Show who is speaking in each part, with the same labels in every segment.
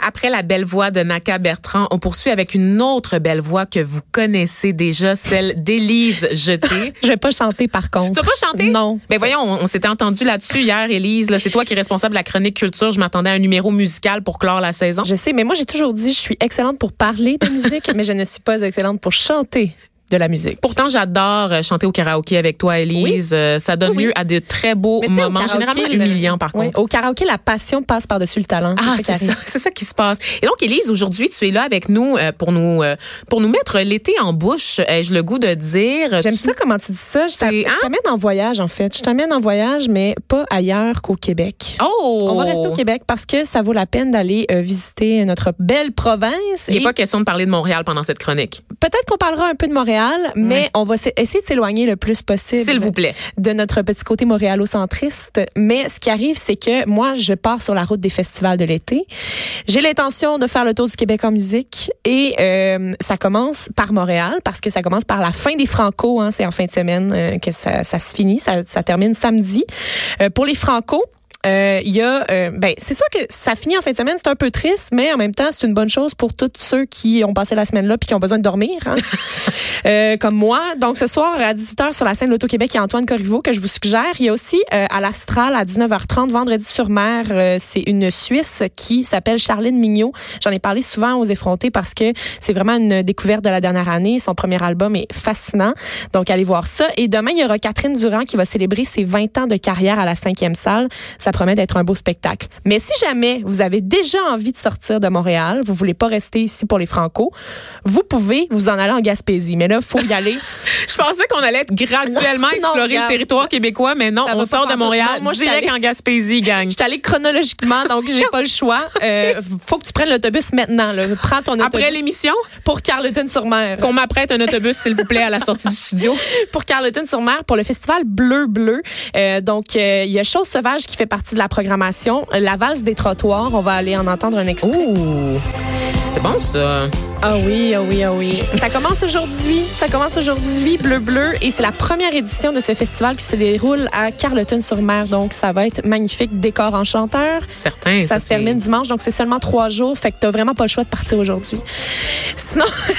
Speaker 1: Après la belle voix de Naka Bertrand, on poursuit avec une autre belle voix que vous connaissez déjà, celle d'Élise Jeté.
Speaker 2: Je vais pas chanter par contre.
Speaker 1: Tu vas pas chanter?
Speaker 2: Non.
Speaker 1: Ben voyons, on, on s'était entendu là-dessus hier, Élise. Là, c'est toi qui es responsable de la chronique culture. Je m'attendais à un numéro musical pour clore la saison.
Speaker 2: Je sais, mais moi j'ai toujours dit je suis excellente pour parler de musique, mais je ne suis pas excellente pour chanter de la musique.
Speaker 1: Pourtant, j'adore euh, chanter au karaoké avec toi, Élise. Euh, ça donne
Speaker 2: Oui, oui.
Speaker 1: lieu à de très beaux
Speaker 2: Mais tu sais, au
Speaker 1: moments,
Speaker 2: karaoké,
Speaker 1: généralement
Speaker 2: le-
Speaker 1: humiliants par
Speaker 2: Oui,
Speaker 1: contre.
Speaker 2: Au karaoké, la passion passe par-dessus le talent.
Speaker 1: Ah,
Speaker 2: qui
Speaker 1: c'est ça,
Speaker 2: arrive.
Speaker 1: c'est ça qui se passe. Et donc, Élise, aujourd'hui, tu es là avec nous euh, pour nous euh, pour nous mettre l'été en bouche. Ai-je le goût de dire
Speaker 2: J'aime
Speaker 1: Tu-
Speaker 2: ça comment tu dis ça. Je t'a-
Speaker 1: C'est- hein?
Speaker 2: je t'amène en voyage, en fait. Je t'amène en voyage, mais pas ailleurs qu'au Québec.
Speaker 1: Oh,
Speaker 2: On va rester au Québec parce que ça vaut la peine d'aller euh, visiter notre belle province.
Speaker 1: Il n'est
Speaker 2: Et
Speaker 1: pas question de parler de Montréal pendant cette chronique,
Speaker 2: peut-être qu'on parlera un peu de Montréal, mais on va s- essayer de s'éloigner le plus possible.
Speaker 1: s'il vous plaît.
Speaker 2: de notre petit côté montréalocentriste. Mais ce qui arrive, c'est que moi, je pars sur la route des festivals de l'été. J'ai l'intention de faire le tour du Québec en musique et euh, ça commence par Montréal parce que ça commence par la fin des Franco. Hein, c'est en fin de semaine euh, que ça, ça se finit, ça, ça termine samedi. Euh, pour les Franco, euh, il y a, euh, ben, c'est sûr que ça finit en fin de semaine, c'est un peu triste, mais en même temps, c'est une bonne chose pour tous ceux qui ont passé la semaine là puis qui ont besoin de dormir, hein. Euh, comme moi. Donc, ce soir, à 18h sur la scène de l'Auto-Québec, il y a Antoine Corriveau que je vous suggère. Il y a aussi euh, à l'Astral à 19h30, vendredi sur mer, euh, c'est une Suisse qui s'appelle Charline Mignot. J'en ai parlé souvent aux effrontés parce que c'est vraiment une découverte de la dernière année. Son premier album est fascinant. Donc, allez voir ça. Et demain, il y aura Catherine Durand qui va célébrer ses 20 ans de carrière à la cinquième salle. Ça promet d'être un beau spectacle. Mais si jamais vous avez déjà envie de sortir de Montréal, vous voulez pas rester ici pour les Franco, vous pouvez vous en aller en Gaspésie. Mais là, faut y aller.
Speaker 1: Je pensais qu'on allait graduellement
Speaker 2: Non,
Speaker 1: explorer le
Speaker 2: regarde.
Speaker 1: territoire québécois, mais non,
Speaker 2: Ça
Speaker 1: on
Speaker 2: va pas
Speaker 1: sort de
Speaker 2: partout.
Speaker 1: Montréal.
Speaker 2: Non, moi, je suis
Speaker 1: direct
Speaker 2: allée-
Speaker 1: en Gaspésie, gang.
Speaker 2: Je suis allée chronologiquement, donc j'ai pas le choix. Euh, faut que tu prennes l'autobus maintenant. Là. Prends ton autobus.
Speaker 1: Après l'émission,
Speaker 2: Pour Carleton-sur-Mer.
Speaker 1: qu'on m'apprête un autobus, s'il vous plaît, à la sortie du studio.
Speaker 2: pour Carleton-sur-Mer pour le festival Bleu Bleu. Euh, donc, euh, il y a Chose Sauvage qui fait partie de la programmation. La valse des trottoirs, on va aller en entendre un
Speaker 1: Oh.
Speaker 2: extrait.
Speaker 1: Ouh, c'est bon ça.
Speaker 2: Ah oui, ah oui, ah oui. Ça commence aujourd'hui. Ça commence aujourd'hui, Bleu Bleu. Et c'est la première édition de ce festival qui se déroule à Carleton-sur-Mer. Donc, ça va être magnifique. Décor enchanteur.
Speaker 1: Certain.
Speaker 2: Ça, se
Speaker 1: c'est-
Speaker 2: termine dimanche, donc c'est seulement trois jours. Fait que t'as vraiment pas le choix de partir aujourd'hui. Sinon,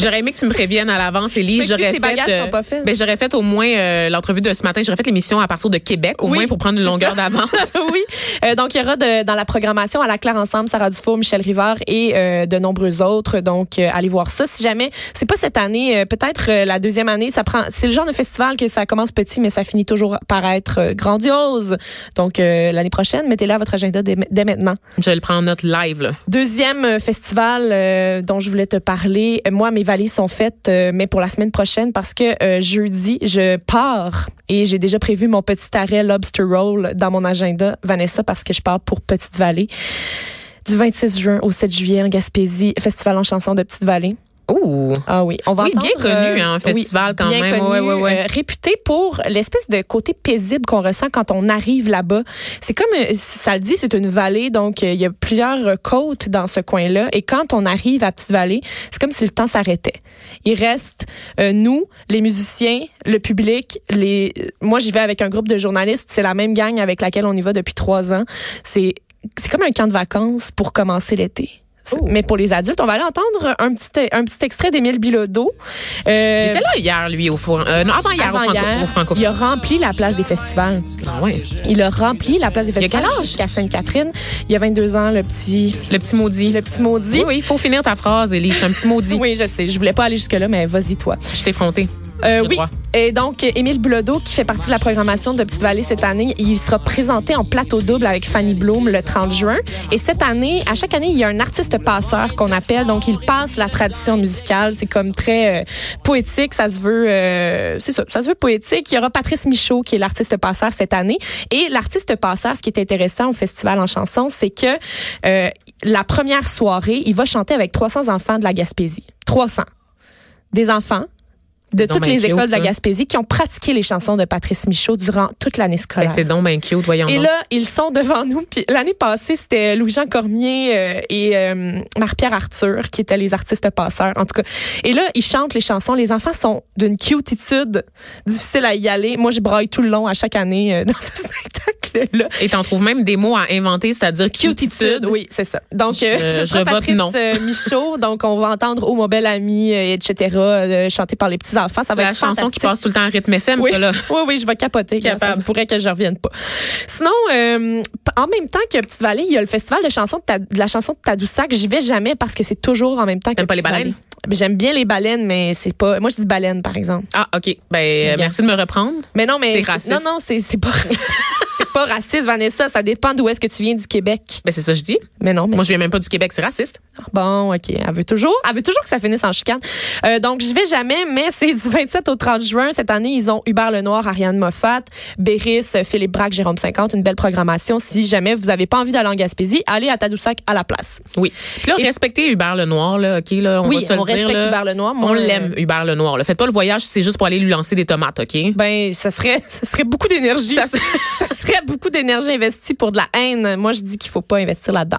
Speaker 1: J'aurais aimé que tu me préviennes à l'avance, Élise.
Speaker 2: Je m'excuse,
Speaker 1: J'aurais
Speaker 2: tes
Speaker 1: fait,
Speaker 2: bagages
Speaker 1: euh,
Speaker 2: sont pas faits.
Speaker 1: ben, j'aurais fait au moins euh, l'entrevue de ce matin. J'aurais fait l'émission à partir de Québec, au
Speaker 2: Oui,
Speaker 1: moins pour prendre une
Speaker 2: c'est
Speaker 1: longueur
Speaker 2: ça.
Speaker 1: d'avance.
Speaker 2: oui. Euh, donc, il y aura de- dans la programmation à la Claire Ensemble, Sarah Dufour, Michel Rivard et euh, de nombreux autres. Donc, euh, allez voir ça. Si jamais, c'est pas cette année, euh, peut-être euh, la deuxième année, ça prend. C'est le genre de festival que ça commence petit, mais ça finit toujours par être euh, grandiose. Donc, euh, l'année prochaine, mettez-la à votre agenda dès- dès maintenant.
Speaker 1: Je le prends en note live. Là.
Speaker 2: Deuxième euh, festival euh, dont je voulais te parler, euh, moi mes valises sont faites, euh, mais pour la semaine prochaine parce que euh, jeudi je pars et j'ai déjà prévu mon petit arrêt lobster roll dans mon agenda, Vanessa, parce que je pars pour Petite Vallée du 26 juin au 7 juillet en Gaspésie, festival en chanson de Petite Vallée.
Speaker 1: Ouh.
Speaker 2: Ah oui, on va
Speaker 1: Oui, bien
Speaker 2: entendre, euh,
Speaker 1: connu, hein, festival quand
Speaker 2: bien
Speaker 1: même.
Speaker 2: connu,
Speaker 1: Ouais, ouais, ouais.
Speaker 2: euh, réputé pour l'espèce de côté paisible qu'on ressent quand on arrive là-bas. C'est comme euh, ça le dit, c'est une vallée, donc euh, il y a plusieurs euh, côtes dans ce coin-là. Et quand on arrive à Petite Vallée, c'est comme si le temps s'arrêtait. Il reste euh, nous, les musiciens, le public. Les, euh, moi, j'y vais avec un groupe de journalistes. C'est la même gang avec laquelle on y va depuis trois ans. C'est c'est comme un camp de vacances pour commencer l'été. C'est-
Speaker 1: Oh.
Speaker 2: Mais pour les adultes, on va aller entendre un petit, un petit extrait d'Émile Bilodeau. Euh,
Speaker 1: Il était là hier, lui, au four. euh, non, avant hier,
Speaker 2: avant
Speaker 1: au, Franco,
Speaker 2: hier,
Speaker 1: au Franco-
Speaker 2: il a rempli la place des festivals.
Speaker 1: Ah ouais.
Speaker 2: Il a rempli la place des
Speaker 1: a
Speaker 2: festivals
Speaker 1: quel âge?
Speaker 2: jusqu'à Sainte-Catherine. Il y a 22 ans, le petit,
Speaker 1: Le petit maudit.
Speaker 2: le petit maudit.
Speaker 1: Oui, oui, il faut finir ta phrase, Élise. C'est un petit maudit.
Speaker 2: Oui, je sais. Je voulais pas aller jusque-là, mais vas-y, toi.
Speaker 1: Je t'ai fronté.
Speaker 2: Euh,
Speaker 1: J'ai
Speaker 2: oui.
Speaker 1: droit.
Speaker 2: Et donc, Émile Blodeau, qui fait partie de la programmation de Petite Vallée cette année, il sera présenté en plateau double avec Fanny Bloom le 30 juin. Et cette année, à chaque année, il y a un artiste passeur qu'on appelle. Donc, il passe la tradition musicale. C'est comme très euh, poétique. Ça se veut, euh, c'est ça, ça se veut poétique. Il y aura Patrice Michaud, qui est l'artiste passeur cette année. Et l'artiste passeur, ce qui est intéressant au Festival en chanson, c'est que euh, la première soirée, il va chanter avec 300 enfants de la Gaspésie. 300. Des enfants de
Speaker 1: donc
Speaker 2: toutes
Speaker 1: bien
Speaker 2: les
Speaker 1: cute,
Speaker 2: écoles de la
Speaker 1: ça.
Speaker 2: Gaspésie qui ont pratiqué les chansons de Patrice Michaud durant toute l'année
Speaker 1: Ben,
Speaker 2: scolaire.
Speaker 1: c'est donc bien cute, voyons
Speaker 2: Et
Speaker 1: donc.
Speaker 2: là, ils sont devant nous. Puis l'année passée, c'était Louis-Jean Cormier euh, et euh, Marie-Pierre Arthur qui étaient les artistes passeurs, en tout cas. Et là, ils chantent les chansons. Les enfants sont d'une cutitude, difficile à y aller. Moi, je braille tout le long à chaque année euh, dans ce spectacle-là.
Speaker 1: Et t'en trouves même des mots à inventer, c'est-à-dire cutitude.
Speaker 2: Oui, c'est ça. Donc,
Speaker 1: Je-
Speaker 2: euh, ce
Speaker 1: je
Speaker 2: sera
Speaker 1: vote
Speaker 2: Patrice
Speaker 1: non.
Speaker 2: euh, Michaud. Donc, on va entendre Oh, mon bel ami, euh, etc., euh, chanté par les petits-enfants. Ça va
Speaker 1: La
Speaker 2: être
Speaker 1: chanson qui
Speaker 2: fantastique.
Speaker 1: passe tout le temps à rythme FM,
Speaker 2: Oui.
Speaker 1: ça, là.
Speaker 2: oui, oui, je vais capoter. là,
Speaker 1: Capable.
Speaker 2: Ça se pourrait que je revienne pas. Sinon, euh, p- en même temps que Petite Vallée, il y a le festival de chansons de, Ta- de la chanson de Tadoussac. J'y vais jamais parce que c'est toujours en même temps que.
Speaker 1: T'aimes pas les
Speaker 2: Petite
Speaker 1: baleines?
Speaker 2: Vallée. Ben, J'aime bien les baleines, mais c'est pas. Moi, je dis baleine, par exemple.
Speaker 1: Ah, OK. Ben, euh, merci de me reprendre.
Speaker 2: Mais non, mais.
Speaker 1: C'est raciste.
Speaker 2: Non, non, c'est c'est pas. c'est pas raciste, Vanessa. Ça dépend d'où est-ce que tu viens du Québec.
Speaker 1: Ben, c'est ça que je dis.
Speaker 2: Mais non, mais.
Speaker 1: Moi, je viens même pas du Québec, c'est raciste.
Speaker 2: Bon, OK. Elle veut toujours, elle veut toujours que ça finisse en chicane. Euh, donc, j'y vais jamais, mais c'est du 27 au 30 juin. Cette année, ils ont Hubert Lenoir, Ariane Moffat, Béris, euh, Philippe Braque, Jérôme 50. Une belle programmation. Si jamais vous avez pas envie d'aller en Gaspésie, allez à Tadoussac à la place.
Speaker 1: Oui. Puis Là, respectez Hubert Lenoir, là, OK, là, on
Speaker 2: Oui,
Speaker 1: va se
Speaker 2: on
Speaker 1: le dire,
Speaker 2: respecte
Speaker 1: là.
Speaker 2: Hubert Lenoir. Moi,
Speaker 1: On
Speaker 2: euh,
Speaker 1: l'aime, Hubert Lenoir. Là. Faites pas le voyage, c'est juste pour aller lui lancer des tomates, OK?
Speaker 2: Ben, ça serait, ça serait beaucoup d'énergie. Ça, serait beaucoup d'énergie investie pour de la haine. Moi, je dis qu'il faut pas investir là-dedans.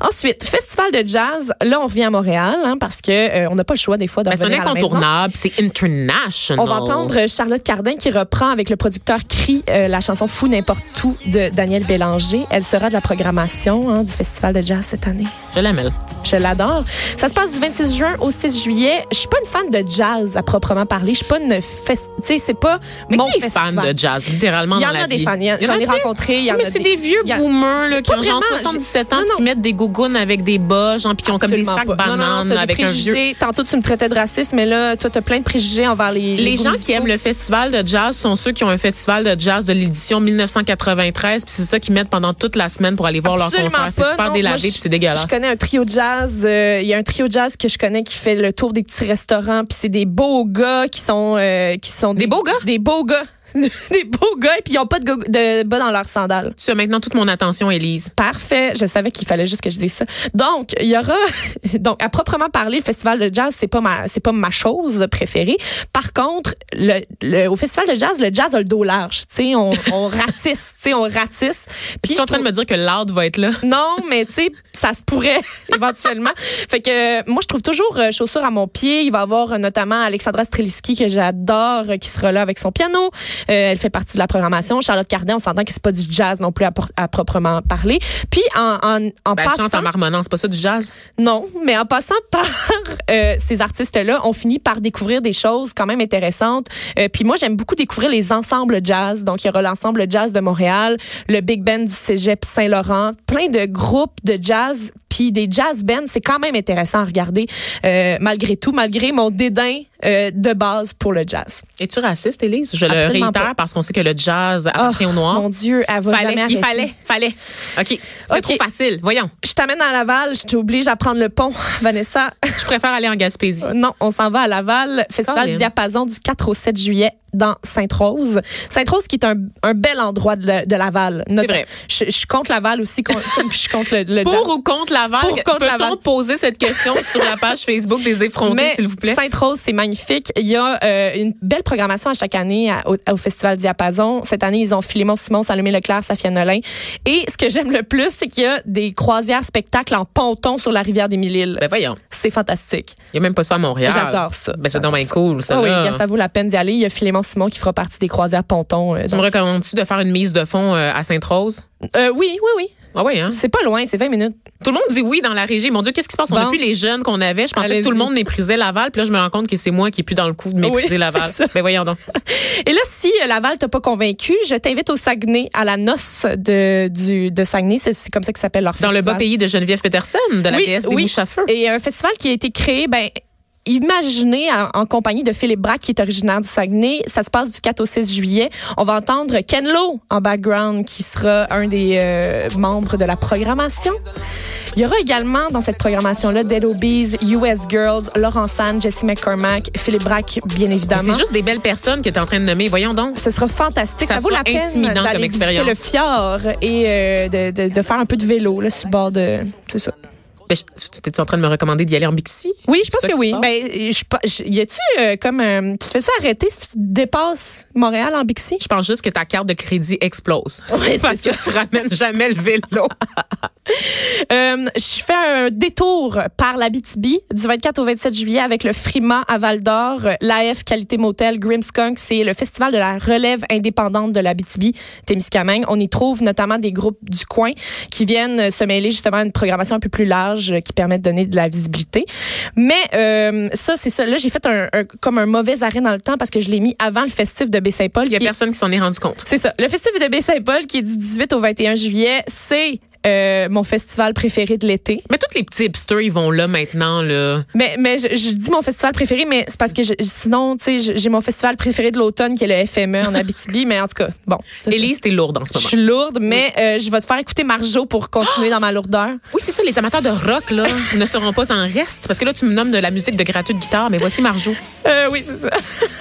Speaker 2: Ensuite, festival de jazz. Là, on revient à Montréal, hein, parce que euh, on n'a pas le choix des fois d'en
Speaker 1: Ben, c'est un
Speaker 2: revenir à la maison.
Speaker 1: incontournable, c'est international.
Speaker 2: On va entendre euh, Charlotte Cardin qui reprend avec le producteur Cri euh, la chanson Fou n'importe où de Daniel Bélanger. Elle sera de la programmation hein, du Festival de jazz cette année.
Speaker 1: Je l'aime, elle.
Speaker 2: Je l'adore. Ça se passe du 26 juin au 6 juillet. Je suis pas une fan de jazz à proprement parler. Je suis pas une fest... tu sais c'est pas
Speaker 1: Mais
Speaker 2: mon
Speaker 1: qui est
Speaker 2: festival.
Speaker 1: fan de jazz, littéralement,
Speaker 2: Il y
Speaker 1: dans
Speaker 2: en
Speaker 1: la
Speaker 2: a des
Speaker 1: vie?
Speaker 2: fans. Il y en-
Speaker 1: Il y en
Speaker 2: J'en ai
Speaker 1: a-tu?
Speaker 2: rencontrés. Il y en
Speaker 1: mais
Speaker 2: a
Speaker 1: c'est des, vieux
Speaker 2: il y a-
Speaker 1: boomers là, qui
Speaker 2: Pas
Speaker 1: ont genre
Speaker 2: vraiment,
Speaker 1: 77 ans
Speaker 2: j'ai- non,
Speaker 1: qui
Speaker 2: non.
Speaker 1: mettent des gougounes avec des bas, genre, puis qui ont comme des
Speaker 2: Absolument
Speaker 1: sacs
Speaker 2: pas. Non, non, non,
Speaker 1: bananes
Speaker 2: t'as des
Speaker 1: avec un vieux.
Speaker 2: préjugés. Tantôt, tu me traitais de raciste, mais là, toi, t'as plein de préjugés envers les
Speaker 1: Les gens
Speaker 2: musicaux.
Speaker 1: qui aiment le festival de jazz sont ceux qui ont un festival de jazz de l'édition 1993, puis c'est ça qu'ils mettent pendant toute la semaine pour aller voir leur
Speaker 2: Absolument
Speaker 1: concert. C'est
Speaker 2: pas,
Speaker 1: super
Speaker 2: non.
Speaker 1: délavé,
Speaker 2: Moi, je-
Speaker 1: puis c'est dégueulasse.
Speaker 2: Je connais un trio de jazz. euh, Il y a un trio de jazz que je connais qui fait le tour des petits restaurants. Puis c'est des beaux gars qui sont euh, qui sont des,
Speaker 1: beaux gars?
Speaker 2: des beaux gars, des beaux gars. Et puis ils ont pas de, go- de bas dans leurs sandales.
Speaker 1: Tu as maintenant toute mon attention, Élise.
Speaker 2: Parfait, je savais qu'il fallait juste que je dise ça. Donc, il y aura donc à proprement parler, le festival de jazz, c'est pas ma c'est pas ma chose préférée. Par contre, le, le- au festival de jazz, le jazz a le dos large, tu sais, on, on ratisse, tu sais, on ratisse.
Speaker 1: Tu
Speaker 2: Puis
Speaker 1: es en train de me dire que l'art va être là.
Speaker 2: non, mais tu sais, ça se pourrait éventuellement. Fait que euh, moi, je trouve toujours euh, chaussures à mon pied. Il va y avoir euh, notamment Alexandra Streliski que j'adore, euh, qui sera là avec son piano. Euh, elle fait partie de la programmation. Charlotte Cardin, on s'entend que c'est pas du jazz non plus à, por- à proprement parler. Puis en en, en
Speaker 1: Ben,
Speaker 2: passant,
Speaker 1: chante en marmonnant, c'est pas ça du jazz?
Speaker 2: non, mais en passant par euh, ces artistes-là, on finit par découvrir des choses quand même intéressantes. Euh, puis moi, j'aime beaucoup découvrir les ensembles jazz. Donc, il y aura l'ensemble jazz de Montréal, le Big Band du Cégep Saint-Laurent, plein de groupes de jazz. Puis des jazz bands, c'est quand même intéressant à regarder, euh, malgré tout, malgré mon dédain euh, de base pour le jazz.
Speaker 1: Es-tu raciste, Élise? Je le
Speaker 2: Absolument
Speaker 1: réitère
Speaker 2: pas.
Speaker 1: parce qu'on sait que le jazz appartient
Speaker 2: Oh,
Speaker 1: aux Noirs.
Speaker 2: Mon Dieu, elle va jamais
Speaker 1: Fallait, il
Speaker 2: arrêter.
Speaker 1: fallait, fallait. OK. C'est
Speaker 2: Ok.
Speaker 1: trop facile. Voyons.
Speaker 2: Je t'amène à Laval, je t'oblige à prendre le pont, Vanessa.
Speaker 1: Je préfère aller en Gaspésie.
Speaker 2: Euh, Non, on s'en va à Laval, Festival
Speaker 1: Colin.
Speaker 2: Diapason du 4 au 7 juillet dans Sainte-Rose. Sainte-Rose qui est un, un bel endroit de, la- de Laval. Notre-
Speaker 1: vrai.
Speaker 2: Je, je compte Laval aussi, com- comme je compte le, le jazz.
Speaker 1: Pour ou contre Laval,
Speaker 2: Pour ou contre Laval.
Speaker 1: peut-on poser cette question sur la page Facebook des effrontés,
Speaker 2: Mais
Speaker 1: s'il vous plaît?
Speaker 2: Sainte-Rose, c'est magnifique. Il y a euh, une belle programmation à chaque année à- au, au Festival Diapason. Cette année, ils ont Philémon Simon, Salomé Leclerc, Safia Nolin. Et ce que j'aime le plus, c'est qu'il y a des croisières spectacles en ponton sur la rivière des Mille-Îles.
Speaker 1: Ben voyons,
Speaker 2: C'est fantastique.
Speaker 1: il n'y a même pas ça à Montréal.
Speaker 2: J'adore ça.
Speaker 1: Ben c'est donc bien cool, ça.
Speaker 2: Ah oui,
Speaker 1: là.
Speaker 2: gars, ça vaut la peine d'y aller. Il y a Philémon Simon qui fera partie des croisières pontons. euh,
Speaker 1: Tu me
Speaker 2: donc-
Speaker 1: recommandes-tu de faire une mise de fond euh, à Sainte-Rose?
Speaker 2: Euh, oui, oui, oui.
Speaker 1: Ah ouais, hein?
Speaker 2: C'est pas loin, c'est 20 minutes.
Speaker 1: Tout le monde dit oui dans la régie. Mon Dieu, qu'est-ce qui se passe? On n'a
Speaker 2: Bon.
Speaker 1: plus les jeunes qu'on avait. Je pensais
Speaker 2: Allez-y.
Speaker 1: que tout le monde méprisait Laval. Puis là, je me rends compte que c'est moi qui est plus dans le coup de mépriser
Speaker 2: Oui,
Speaker 1: Laval.
Speaker 2: c'est ça.
Speaker 1: Ben voyons donc.
Speaker 2: Et là, si euh, Laval t'a pas convaincu, je t'invite au Saguenay, à la noce de, du, de Saguenay. C'est- C'est comme ça que s'appelle leur
Speaker 1: Dans le
Speaker 2: festival.
Speaker 1: bas pays de Geneviève Peterson, de la
Speaker 2: Oui,
Speaker 1: déesse des
Speaker 2: oui.
Speaker 1: mouches à feu.
Speaker 2: Et un festival qui a été créé, ben, imaginé en, en compagnie de Philippe Braque, qui est originaire du Saguenay. Ça se passe du 4 au 6 juillet. On va entendre Ken Lo en background, qui sera un des euh, membres de la programmation. Il y aura également dans cette programmation-là Dead Obies, US Girls, Laurent San, Jesse McCormack, Philippe Braque, bien évidemment.
Speaker 1: C'est juste des belles personnes que tu es en train de nommer. Voyons donc.
Speaker 2: Ce sera fantastique.
Speaker 1: Ça
Speaker 2: Ça, vaut
Speaker 1: sera
Speaker 2: la peine
Speaker 1: intimidant comme
Speaker 2: d'aller visiter
Speaker 1: expérience.
Speaker 2: le fjord et euh, de, de- de faire un peu de vélo là, sur le bord de... C'est ça.
Speaker 1: Ben, je- T'es-tu en train de me recommander d'y aller en Bixi?
Speaker 2: Oui, je
Speaker 1: C'est
Speaker 2: pense
Speaker 1: ça
Speaker 2: que
Speaker 1: qui
Speaker 2: oui.
Speaker 1: se passe?
Speaker 2: Ben, je, pa- je- y a-tu euh, comme euh, tu te fais ça arrêter si tu dépasses Montréal en Bixi
Speaker 1: Je pense juste que ta carte de crédit explose.
Speaker 2: Oui, c'est
Speaker 1: Parce que tu ramènes jamais le vélo.
Speaker 2: Euh, je fais un détour par l'Abitibi du 24 au 27 juillet avec le Frima à Val d'Or, euh, l'AF Qualité Motel, Grimskunk. C'est le festival de la relève indépendante de l'Abitibi, Témiscamingue. On y trouve notamment des groupes du coin qui viennent euh, se mêler justement à une programmation un peu plus large euh, qui permet de donner de la visibilité. Mais euh, ça, c'est ça. Là, j'ai fait un, un- comme un mauvais arrêt dans le temps parce que je l'ai mis avant le festif de Baie-Saint-Paul.
Speaker 1: Il y a
Speaker 2: qui est-
Speaker 1: personne qui s'en est rendu compte.
Speaker 2: c'est ça. Le festival de Baie-Saint-Paul, qui est du 18 au 21 juillet, c'est euh, mon festival préféré de l'été.
Speaker 1: Mais tous les petits hipsters, ils vont là maintenant, là.
Speaker 2: Mais, mais je, je dis mon festival préféré, mais c'est parce que je- sinon, tu sais, je- j'ai mon festival préféré de l'automne qui est le FME en Abitibi, mais en tout cas, bon. Ça, c'est-
Speaker 1: Élise, t'es lourde en ce
Speaker 2: Je
Speaker 1: moment.
Speaker 2: suis lourde, mais euh, je vais te faire écouter Marjo pour continuer dans ma lourdeur.
Speaker 1: Oui, c'est ça, les amateurs de rock, là, ne seront pas en reste. Parce que là, tu me nommes de la musique de gratuite guitare, mais voici Marjo.
Speaker 2: Euh, oui, c'est ça.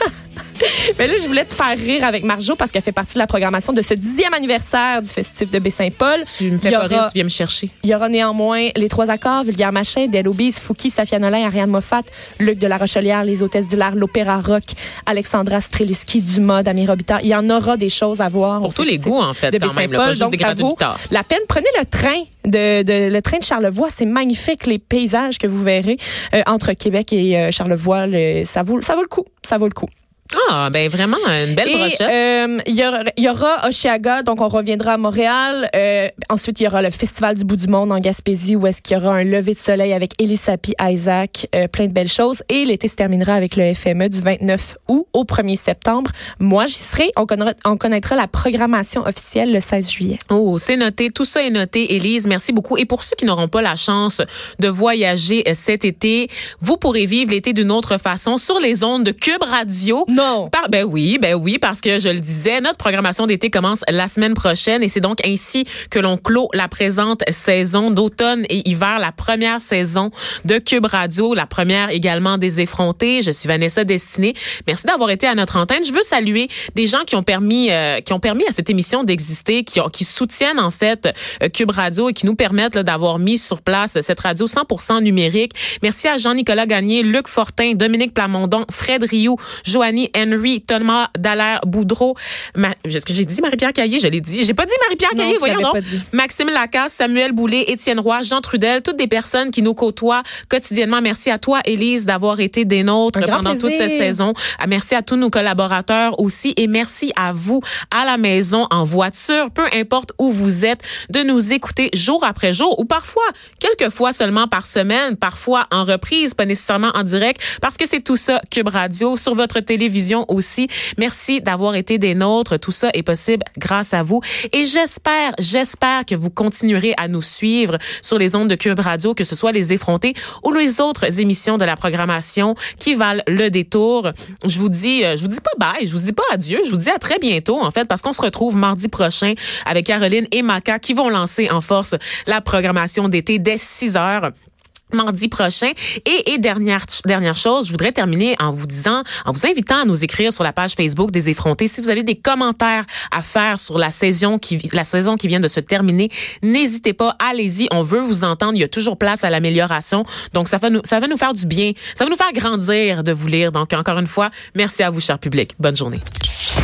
Speaker 2: Mais là, je voulais te faire rire avec Marjo parce qu'elle fait partie de la programmation de ce dixième anniversaire du festif de Baie-Saint-Paul.
Speaker 1: Tu me fais
Speaker 2: Il y
Speaker 1: pas rire,
Speaker 2: aura-
Speaker 1: tu viens me chercher.
Speaker 2: Il y aura néanmoins les trois accords, Vulgaire Machin, Del Obis, Fouki, Safia Nolin, Ariane Moffat, Luc de la Rochelière, Les Hôtesses du Lard, l'Opéra Rock, Alexandra Streliski, Dumas, Damien Robitaille. Il y en aura des choses à voir.
Speaker 1: Pour tous les goûts, en fait,
Speaker 2: de
Speaker 1: quand même, là, pas
Speaker 2: Baie-Saint-Paul.
Speaker 1: juste
Speaker 2: Donc,
Speaker 1: des
Speaker 2: ça
Speaker 1: gratuits
Speaker 2: vaut
Speaker 1: plus tard.
Speaker 2: La peine, prenez le train de, de- le train de Charlevoix, c'est magnifique les paysages que vous verrez euh, entre Québec et euh, Charlevoix, Le- ça vaut ça vaut le coup, ça vaut le coup.
Speaker 1: Ah, ben vraiment, une belle
Speaker 2: Et
Speaker 1: brochette.
Speaker 2: euh, il y aura- il y, aura Oshiaga, donc on reviendra à Montréal. Euh, ensuite, il y aura le Festival du bout du monde en Gaspésie, où est-ce qu'il y aura un lever de soleil avec Elisapi Isaac, euh, plein de belles choses. Et l'été se terminera avec le FME du 29 août au 1er septembre. Moi, j'y serai. On connaîtra, on connaîtra la programmation officielle le 16 juillet.
Speaker 1: Oh, c'est noté. Tout ça est noté, Élise. Merci beaucoup. Et pour ceux qui n'auront pas la chance de voyager euh, cet été, vous pourrez vivre l'été d'une autre façon sur les ondes de Cube Radio.
Speaker 2: Non.
Speaker 1: Par- ben oui, ben oui, parce que je le disais, notre programmation d'été commence la semaine prochaine et c'est donc ainsi que l'on clôt la présente saison d'automne et hiver, la première saison de Cube Radio, la première également des effrontés. Je suis Vanessa Destinée. Merci d'avoir été à notre antenne. Je veux saluer des gens qui ont permis, euh, qui ont permis à cette émission d'exister, qui, ont- qui soutiennent en fait euh, Cube Radio et qui nous permettent là, d'avoir mis sur place cette radio 100% numérique. Merci à Jean-Nicolas Gagné, Luc Fortin, Dominique Plamondon, Fred Rioux, Joanie Henry, Thomas Dallaire Boudreau. Ma- Est-ce que j'ai dit Marie-Pierre Caillé? Je l'ai dit. J'ai pas dit Marie-Pierre
Speaker 2: Non,
Speaker 1: Caillé,
Speaker 2: tu
Speaker 1: voyons
Speaker 2: l'avais
Speaker 1: donc.
Speaker 2: pas dit.
Speaker 1: Maxime Lacasse, Samuel Boulay, Étienne Roy, Jean Trudel, toutes des personnes qui nous côtoient quotidiennement. Merci à toi, Élise, d'avoir été des nôtres
Speaker 2: Un grand
Speaker 1: pendant toute
Speaker 2: plaisir.
Speaker 1: cette saison. Ah, Merci à tous nos collaborateurs aussi et merci à vous à la maison, en voiture, peu importe où vous êtes, de nous écouter jour après jour ou parfois, quelques fois seulement par semaine, parfois en reprise, pas nécessairement en direct, parce que c'est tout ça, Cube Radio, sur votre télévision aussi. Merci d'avoir été des nôtres. Tout ça est possible grâce à vous. Et j'espère, j'espère que vous continuerez à nous suivre sur les ondes de Cube Radio, que ce soit les effrontés ou les autres émissions de la programmation qui valent le détour. Je vous dis, euh, je vous dis pas bye, je vous dis pas adieu, je vous dis à très bientôt, en fait, parce qu'on se retrouve mardi prochain avec Caroline et Maca qui vont lancer en force la programmation d'été dès 6 heures mardi prochain. Et, et dernière, dernière chose, je voudrais terminer en vous disant, en vous invitant à nous écrire sur la page Facebook des effrontés. Si vous avez des commentaires à faire sur la saison qui, la saison qui vient de se terminer, n'hésitez pas, allez-y, on veut vous entendre. Il y a toujours place à l'amélioration. Donc, ça va nous, ça va nous faire du bien. Ça va nous faire grandir de vous lire. Donc, encore une fois, merci à vous, cher public. Bonne journée.